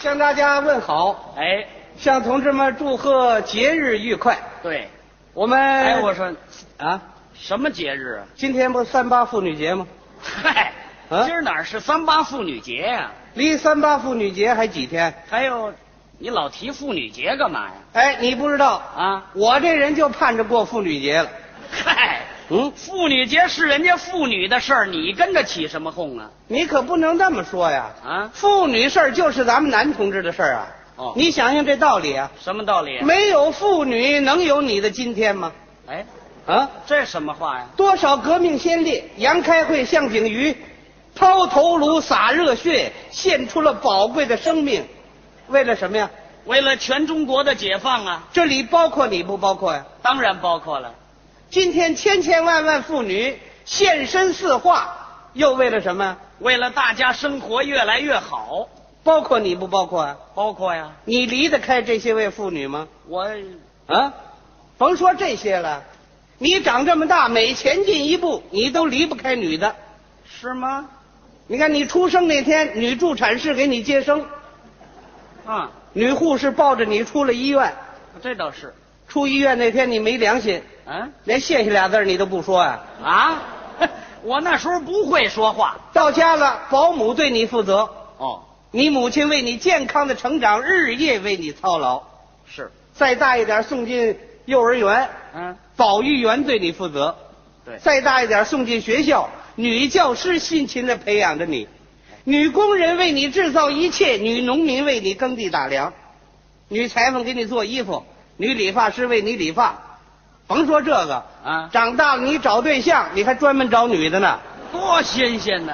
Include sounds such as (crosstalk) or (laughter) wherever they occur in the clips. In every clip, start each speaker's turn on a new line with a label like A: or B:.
A: 向大家问好，
B: 哎，
A: 向同志们祝贺节日愉快。
B: 对，
A: 我们
B: 哎，我说
A: 啊，
B: 什么节日啊？
A: 今天不是三八妇女节吗？
B: 嗨，
A: 啊
B: 今儿哪是三八妇女节呀、
A: 离三八妇女节还几天？
B: 还有，你老提妇女节干嘛呀？
A: 哎，你不知道，
B: 啊，
A: 我这人就盼着过妇女节了。
B: 嗨，
A: 嗯，
B: 妇女节是人家妇女的事儿，你跟着起什么哄啊？
A: 你可不能这么说呀。
B: 啊，
A: 妇女事儿就是咱们男同志的事儿啊。
B: 哦哎
A: 你想想这道理啊，
B: 什么道理？
A: 没有妇女能有你的今天吗？
B: 哎，
A: 啊，
B: 这什么话呀？
A: 多少革命先烈，杨开慧、项景瑜，抛头颅洒热血，献出了宝贵的生命，为了什么呀？
B: 为了全中国的解放啊，
A: 这里包括你不包括呀？
B: 当然包括了。
A: 今天千千万万妇女献身四化，又为了什么呀？
B: 为了大家生活越来越好，
A: 包括你不包括呀？啊
B: 包括呀，
A: 你离得开这些位妇女吗？
B: 我
A: 啊，甭说这些了，你长这么大，每前进一步，你都离不开女的。
B: 是吗？
A: 你看，你出生那天，女助产士给你接生，
B: 啊，
A: 女护士抱着你出了医院。
B: 这倒是。
A: 出医院那天你没良心，
B: 嗯、
A: 连谢谢俩字儿你都不说啊。
B: 啊， (laughs) 我那时候不会说话。
A: 到家了，保姆对你负责，
B: 哦，
A: 你母亲为你健康的成长日夜为你操劳。
B: 是，
A: 再大一点送进幼儿园，
B: 嗯，
A: 保育员对你负责。
B: 对
A: 再大一点送进学校，女教师辛勤的培养着你，女工人为你制造一切，女农民为你耕地打粮，女裁缝给你做衣服，女理发师为你理发。甭说这个，
B: 啊，
A: 长大了你找对象，你还专门找女的呢。
B: 多新鲜呢！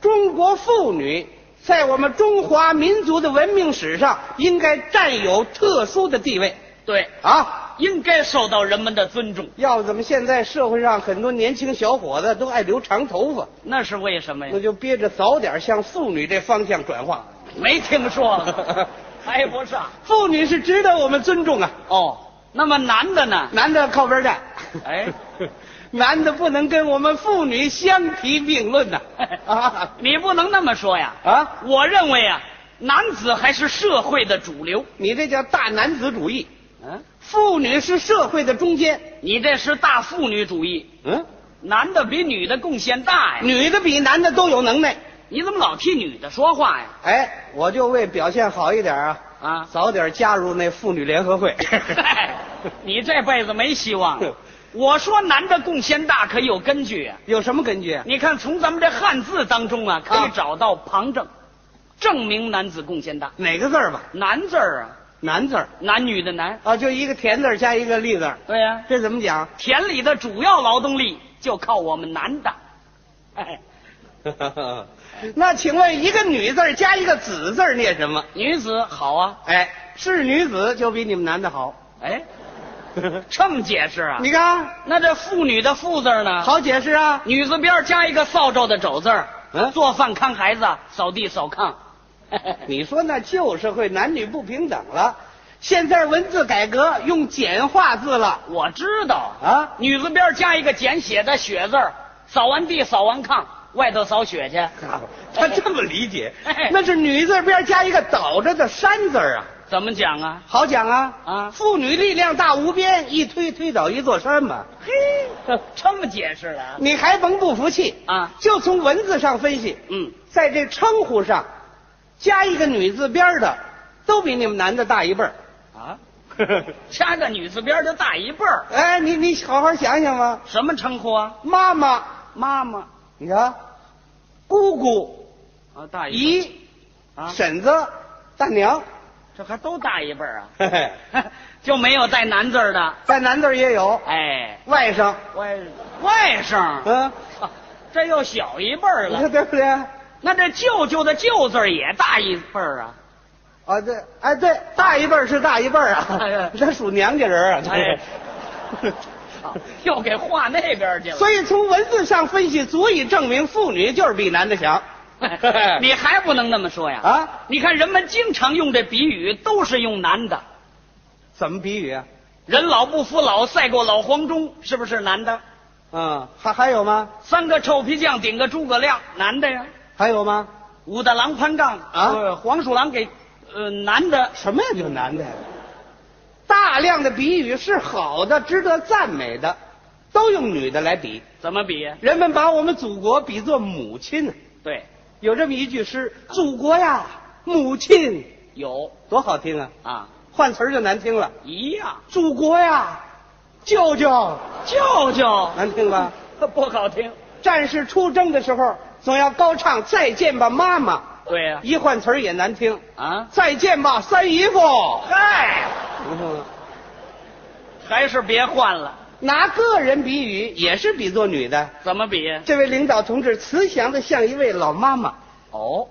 A: 中国妇女在我们中华民族的文明史上应该占有特殊的地位
B: 对，
A: 啊！
B: 应该受到人们的尊重，
A: 要怎么现在社会上很多年轻小伙子都爱留长头发，
B: 那是为什么
A: 那
B: 呀？
A: 就憋着早点向妇女这方向转化。 (laughs)
B: 没听说 (laughs) 过，还不上
A: 妇女是值得我们尊重啊！
B: 哦。那么男的呢？
A: 男的靠边站，
B: 哎，
A: (laughs) 男的不能跟我们妇女相提并论呐、 (laughs) 啊！
B: 你不能那么说呀！
A: 啊，
B: 我认为啊，男子还是社会的主流。
A: 你这叫大男子主义，
B: 嗯，
A: 妇女是社会的中间，
B: 你这是大妇女主义，
A: 嗯，
B: 男的比女的贡献大呀！
A: 女的比男的都有能耐。
B: 你怎么老替女的说话呀？
A: 哎，我就为表现好一点啊，
B: 啊，
A: 早点加入那妇女联合
B: (laughs)
A: 会。
B: 嗨，你这辈子没希望了。我说男的贡献大可有根据啊！
A: (laughs) 有什么根据？
B: 你看，从咱们这汉字当中啊，可
A: 啊
B: 以找到旁证，证明男子贡献大。
A: 哪个字儿吧？
B: 男字儿啊，
A: 男字儿
B: 男女的男。
A: 啊，就一个田字儿加一个立字儿，
B: 对呀、
A: 这怎么 (laughs) 讲？
B: 田里的主要劳动力就靠我们男的。哎，
A: 那请问一个女字儿加一个子字儿念什么？
B: 女子好啊。
A: 哎，是女子就比你们男的好。 (laughs)
B: 哎，这么解释啊？
A: 你看，
B: 那这妇女的妇字儿呢？，
A: 好解释啊。
B: 女字边儿加一个扫帚的帚字儿。
A: 嗯
B: 做饭、看孩子、扫地、扫炕。
A: 你说那旧社会男女不平等了，现在文字改革用简化字了
B: 我知道，
A: 啊？ (laughs)
B: 女字边加一个简写的“雪”字儿，扫完地、扫完炕，外头扫雪去。
A: 他这么理解
B: (laughs) 哎，
A: 那是女字边加一个倒着的山字儿啊，
B: 怎么讲啊？
A: 好讲啊
B: 啊
A: 妇女力量大无边，一推推倒一座山嘛。
B: 嘿，这么解释了啊？
A: 你还甭不服气
B: 啊
A: 就从文字上分析，
B: 嗯，
A: 在这称呼上加一个女字边的，都比你们男的大一辈
B: (laughs)
A: 儿。
B: 啊，加个女字边就大一辈儿，
A: 哎，你你好好想想吧，
B: 什么称呼啊？
A: 妈妈，
B: 妈妈
A: 你看，姑姑、
B: 啊，大一辈
A: 姨、
B: 儿啊，
A: 婶子、大娘，
B: 这还都大一辈儿啊， (laughs)
A: 嘿嘿，
B: 就没有带男字儿的。
A: 在男字儿也有
B: 哎，
A: 外甥，
B: 外外甥，
A: 嗯，
B: 啊这又小一辈儿
A: 你
B: 了。
A: 看对不对？
B: 那这舅舅的舅字儿也大一辈儿 (laughs) 啊。
A: 啊，对，哎，对，大一辈儿是大一辈儿
B: 哎
A: 啊
B: 呀，
A: 他属娘家人啊，对
B: 啊又给画那边去
A: (laughs)
B: 了。。
A: 所以从文字上分析，足以证明妇女就是比男的强 (laughs)
B: 你还不能那么说呀！
A: 啊，
B: 你看人们经常用这比喻，都是用男的。
A: 怎么比喻啊？
B: 人老不服老，赛过老黄忠，是不是男的？
A: 嗯，还还有吗？
B: 三个臭皮匠顶个诸葛亮，男的呀。
A: 还有吗？
B: 武大郎攀杠
A: 啊
B: 呃黄鼠狼给呃男的
A: 什么呀？就男的呀？大量的比喻是好的，值得赞美的，都用女的来比。
B: 怎么比？
A: 人们把我们祖国比作母亲呢、
B: 对，
A: 有这么一句诗：“祖国呀，母亲，
B: 有
A: 多好听啊
B: 啊，！”
A: 换词儿就难听了。
B: 一样，
A: 祖国呀，舅舅，
B: 舅舅
A: 难听吧？
B: 不好听。
A: 战士出征的时候，总要高唱“再见吧，妈妈
B: 对呀”，、
A: 一换词儿也难听。
B: 啊，
A: 再见吧，三姨夫。
B: 嗨，
A: 你看吧
B: 还是别换了。
A: 拿个人比喻也是比作女的。
B: 怎么比？
A: 这位领导同志慈祥的像一位老妈妈，
B: 哦，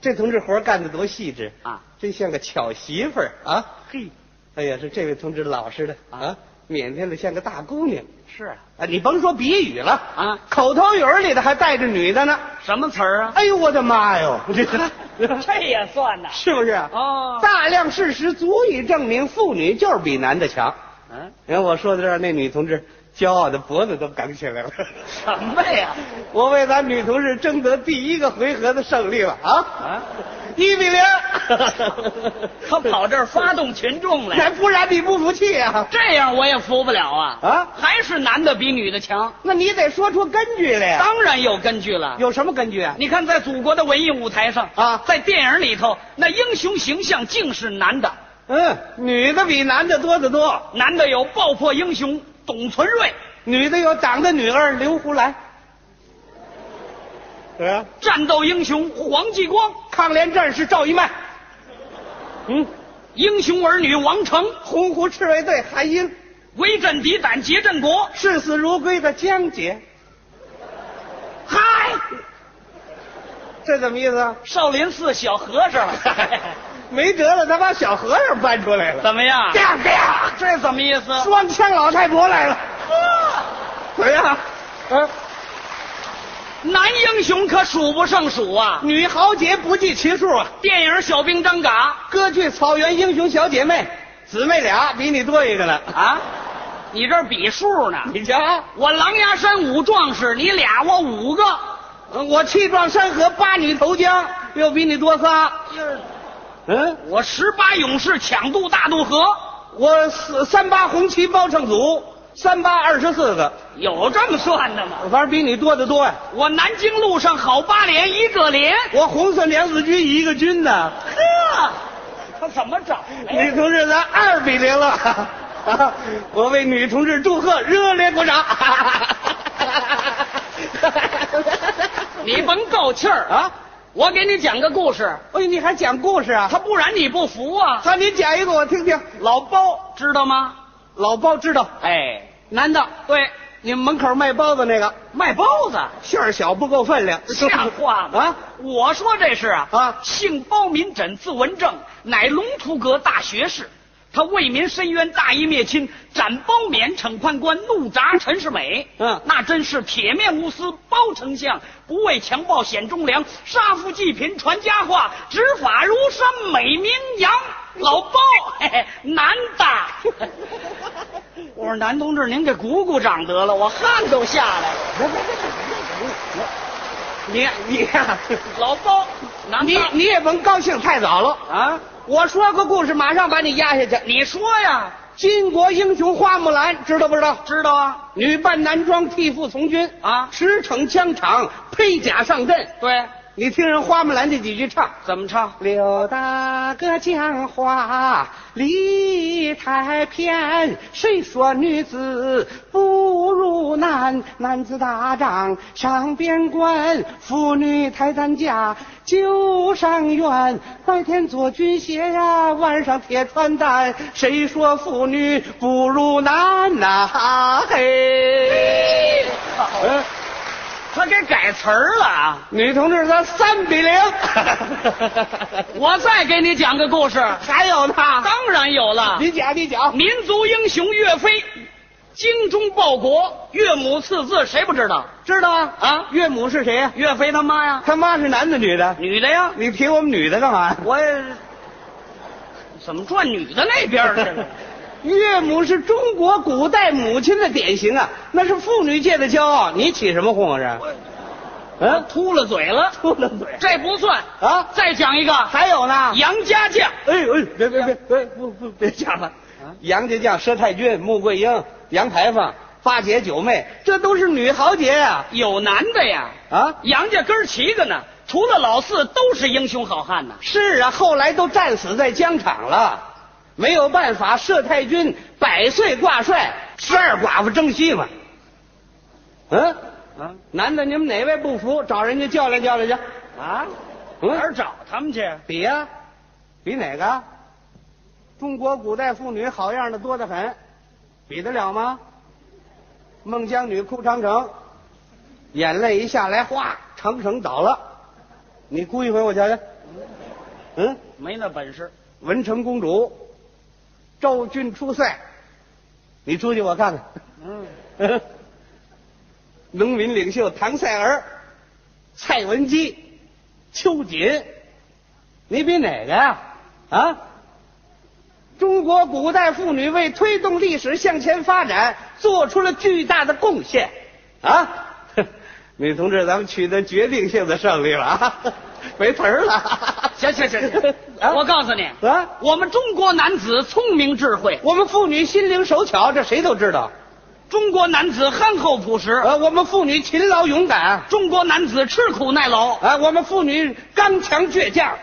A: 这同志活儿干得多细致
B: 啊，
A: 真像个巧媳妇儿啊！
B: 嘿，
A: 哎呀，是这位同志老实的啊
B: 啊，
A: 腼腆的像个大姑娘
B: 是啊
A: 啊！你甭说比语了
B: 啊，
A: 口头语儿里头还带着女的呢。
B: 什么词儿啊？ (laughs)
A: 哎呦我的妈哟， (laughs) 这
B: 这也算呐。
A: 是不是？
B: 哦，
A: 大量事实足以证明妇女就是比男的强。
B: 嗯，
A: 你看我说到这儿，那女同志骄傲的脖子都梗起来了。 (laughs)
B: 什么呀？
A: 我为咱女同志争得第一个回合的胜利了啊！
B: 啊，
A: (laughs) 一比
B: (laughs)
A: 零，
B: 他跑这儿发动群众
A: 那
B: 来，
A: 不然你不服气啊？
B: 这样我也服不了啊！
A: 啊
B: 还是男的比女的强，
A: 那你得说出根据来哎呀、
B: 当然有根据了。
A: 有什么根据啊？
B: 你看，在祖国的文艺舞台上
A: 啊
B: 在电影里头，那英雄形象竟是男的，
A: 嗯，女的比男的多得多，
B: 男的有爆破英雄董存瑞，
A: 女的有党的女儿刘胡兰，啊，
B: 战斗英雄黄继光，
A: 抗联战士赵一麦，嗯，
B: 英雄儿女王成，
A: 洪湖赤卫队韩英，
B: 威震敌胆劫振国。
A: 视死如归的江姐，
B: 嗨，
A: 这怎么意思啊？
B: 少林寺小和
A: (laughs)
B: 尚，
A: 没辙了，他把小和尚搬出来了，
B: 怎么样？
A: 啪啪，
B: 这怎么意思？
A: 双枪老太婆来了，怎么样？嗯、
B: 男英雄可数不胜数啊！
A: 女豪杰不计其数啊！
B: 电影《小兵张嘎
A: 歌剧《草原英雄小姐妹》，姊妹俩比你多一个呢》。
B: 啊，你这儿比数呢？
A: 你瞧啊，
B: 我狼牙山五壮士，你俩我五个，
A: 我气壮山河八女投江，又比你多仨。嗯，
B: 我十八勇士抢渡大渡河，
A: 我四三八红旗包称祖，三八二十四个，
B: 有这么算的吗？
A: 反正比你多得多呀、
B: 我南京路上好八连一个连，
A: 我红色娘子军一个军呢，
B: 呵，他怎么找
A: (laughs)
B: 的
A: 女
B: 呀？
A: 同志咱二比零了， (laughs) 啊我为女同志祝贺，热烈鼓
B: (laughs)
A: 掌。
B: (laughs) 你甭够气儿啊！
A: 啊，
B: 我给你讲个故事，
A: 哎，你还讲故事啊？
B: 他不然你不服啊，
A: 那你讲一个我听听。老包，
B: 知道吗？
A: 老包知道，
B: 哎，
A: 男的，
B: 对，
A: 你们门口卖包子那个
B: 卖包子，
A: 馅儿小不够分量，
B: 像话吗？
A: 啊！
B: 我说这是啊
A: 啊
B: 姓包民诊字文正，乃龙图阁大学士。他为民申冤，大义灭亲，斩包勉、惩判官，怒铡陈世美。
A: 嗯
B: 那真是铁面无私，包丞相不畏强暴显忠良，杀富济贫传佳话，执法如山美名扬。老 (laughs) 包，嘿嘿，男的。 (laughs) 我说男同志，您给鼓鼓掌得了，我汗都下来了。
A: 你你呀、
B: (laughs) 老包，男
A: 啊你
B: 的
A: 你也甭高兴太早了。
B: 啊，
A: 我说个故事，马上把你压下去。
B: 你说呀，
A: 巾帼英雄花木兰，知道不知道？
B: 知道啊？
A: 女扮男装，替父从军
B: 啊
A: 驰骋疆场，披甲上阵。
B: 对，
A: 你听人花木兰这几句唱：
B: 怎么唱？
A: 柳大哥讲话理太偏，谁说女子不如男？男子打仗上边关，妇女抬担架救上院。白天做军鞋呀、晚上铁穿戴。谁说妇女不如男呐、嘿，嗯
B: 他给改词儿了啊！ (laughs)
A: 女同志，咱三比 (laughs) 零。
B: 我再给你讲个故事，
A: 还有呢？
B: 当然有了。
A: 你讲，你讲。
B: 民族英雄岳飞，精忠报国，岳母刺字，谁不知道？
A: 知道啊
B: 啊
A: 岳母是谁呀、
B: 岳飞他妈呀，
A: 他妈是男的女的？
B: 女的呀，
A: 你提我们女的干嘛呀？
B: 我也怎么转女的那边去 (laughs) 了？
A: 岳母是中国古代母亲的典型啊，那是妇女界的骄傲。你起什么哄啊？这嗯
B: 秃了嘴了，
A: 秃了嘴
B: 这不算
A: 啊
B: 再讲一个，
A: 还有呢？
B: 杨家将，
A: 哎哎，别别别别不不别讲了。杨家将、佘太君、穆桂英、杨牌坊、八姐九妹，这都是女豪杰呀！
B: 有男的呀，
A: 啊，
B: 杨家哥儿七个呢，除了老四都是英雄好汉呐。
A: 是啊，后来都战死在疆场了，没有办法，佘太君百岁挂帅，十二寡妇争西嘛。嗯
B: 啊
A: 男的你们哪位不服，找人家较量较量去。
B: 啊，
A: 嗯
B: 哪儿找他们去？
A: 比呀、比哪个？中国古代妇女好样的多得很，比得了吗？孟姜女哭长城，眼泪一下来，哗，长城倒了。你哭一回我瞧瞧。嗯，
B: 没那本 (laughs) 事。
A: 文成公主，昭君出塞，你出去我看看。
B: 嗯，
A: 农民领袖唐赛儿、蔡文姬、秋瑾，你比哪个呀、啊？中国古代妇女为推动历史向前发展做出了巨大的贡献啊！ (laughs) 女同志，咱们取得决定性的胜利了啊！ (laughs) 没词儿了，
B: 行行行
A: (laughs)
B: 行，我告诉你，
A: 啊，
B: 我们中国男子聪明智慧，
A: 我们妇女心灵手巧，这谁都知道。
B: 中国男子憨厚朴实，
A: 呃，我们妇女勤劳勇敢，
B: 中国男子吃苦耐劳，
A: 啊，我们妇女刚强倔强，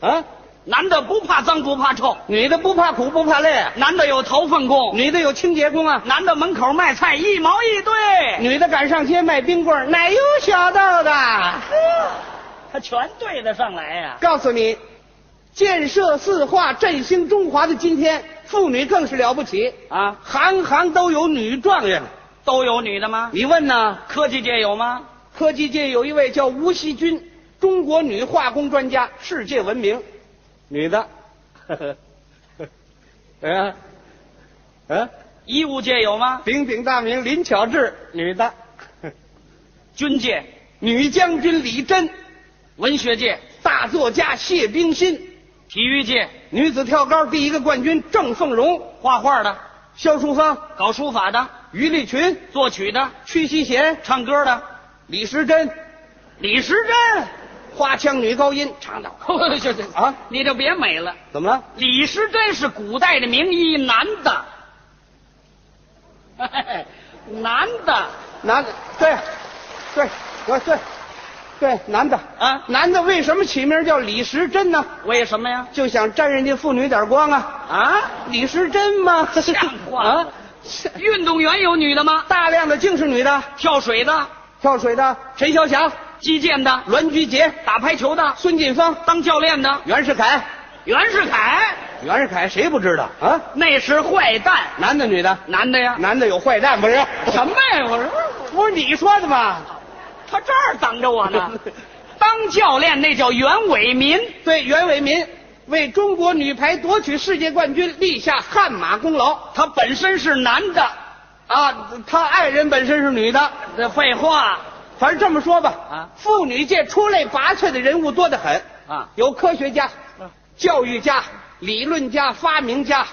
A: 啊，
B: 男的不怕脏不怕臭，
A: 女的不怕苦不怕累，
B: 男的有头份工，
A: 女的有清洁工啊，
B: 男的门口卖菜一毛一对，
A: 女的敢上街卖冰棍儿，奶油小豆的。
B: 他全对得上来呀、
A: 告诉你，建设四化、振兴中华的今天，妇女更是了不起，
B: 啊！
A: 行行都有女状元。
B: 都有女的吗？
A: 你问呢？
B: 科技界有吗？
A: 科技界有一位叫吴锡君，中国女化工专家，世界闻名，女的。 (laughs) 哎呀，啊，
B: 医务界有吗？
A: 鼎鼎大名林巧稚，女的，
B: 军界、
A: 女将军李珍，
B: 文学界、
A: 大作家谢冰心，
B: 体育界、
A: 女子跳高第一个冠军郑凤荣、
B: 画画的、
A: 萧淑芳、
B: 搞书法的、
A: 于丽群、
B: 作曲的、
A: 屈西贤、
B: 唱歌的，
A: 李时珍，
B: 李时珍。 (laughs)
A: 花腔女高音唱到
B: 行行
A: 啊
B: 你就别美了。
A: 怎么了？
B: 李时珍是古代的名医，男的， (laughs) 哎男的
A: 男的对，对，我对，对，男的
B: 啊
A: 男的为什么起名叫李时珍呢？
B: 为什么呀？
A: 就想沾人家妇女点光啊！
B: 啊，
A: 李时珍嘛，
B: 像话
A: (laughs) 啊！
B: 吗运动员有女的吗？
A: 大量的竟是女的，
B: 跳水的、
A: 跳水的陈潇霞、
B: 击剑的、
A: 栾居杰、
B: 打排球的、
A: 孙晋芳、
B: 当教练的，
A: 袁世凯。
B: 袁世凯
A: 袁世凯谁不知道啊？
B: 那是坏蛋，
A: 男的女的？
B: 男的呀？
A: 男的有坏蛋不是？
B: 什么呀？我说
A: 不是你说的吗？
B: 他这儿等着我呢。 (laughs) 当教练那叫袁伟民，
A: 对，袁伟民为中国女排夺取世界冠军立下汗马功劳
B: 他本身是男的。
A: 啊！他爱人本身是女的，
B: 这废话
A: 反正这么说吧，
B: 啊
A: 妇女界出类拔萃的人物多得很，
B: 啊！
A: 有科学家、
B: 啊
A: 教育家、理论家、发明家，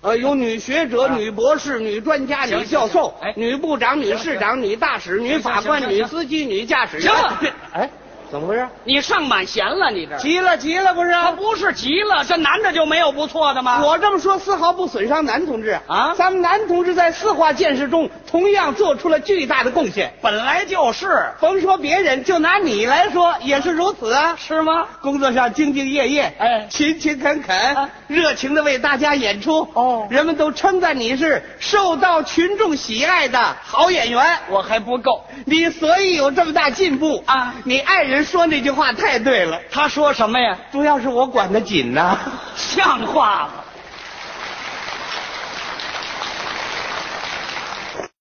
A: 呃，有女学者、
B: 啊
A: 女博士、女专家、
B: 行
A: 女教授
B: 行行哎、
A: 女部长、女市长、女大使、女法官、
B: 行
A: 女
B: 行
A: 司机、女驾驶员。
B: 行了，
A: 哎，怎么回事？
B: 你上满弦了，你这
A: 急了，急了，不是？
B: 啊
A: 啊
B: 他不是急了，这男的就没有不错的吗？
A: 我这么说丝毫不损伤男同志
B: 啊
A: 咱们男同志在四化建设中同样做出了巨大的贡献。
B: 本来就是，
A: 甭说别人，就拿你来说也是如此啊。
B: 是吗？
A: 工作上兢兢业业，
B: 哎
A: 勤勤恳恳，
B: 啊
A: 热情的为大家演出。
B: 哦
A: 人们都称赞你是受到群众喜爱的好演员。
B: 我还不够。
A: 你所以有这么大进步
B: 啊
A: 你爱人说那句话太对了，
B: 他说什么呀？
A: 主要是我管得紧呐、
B: 像话吗？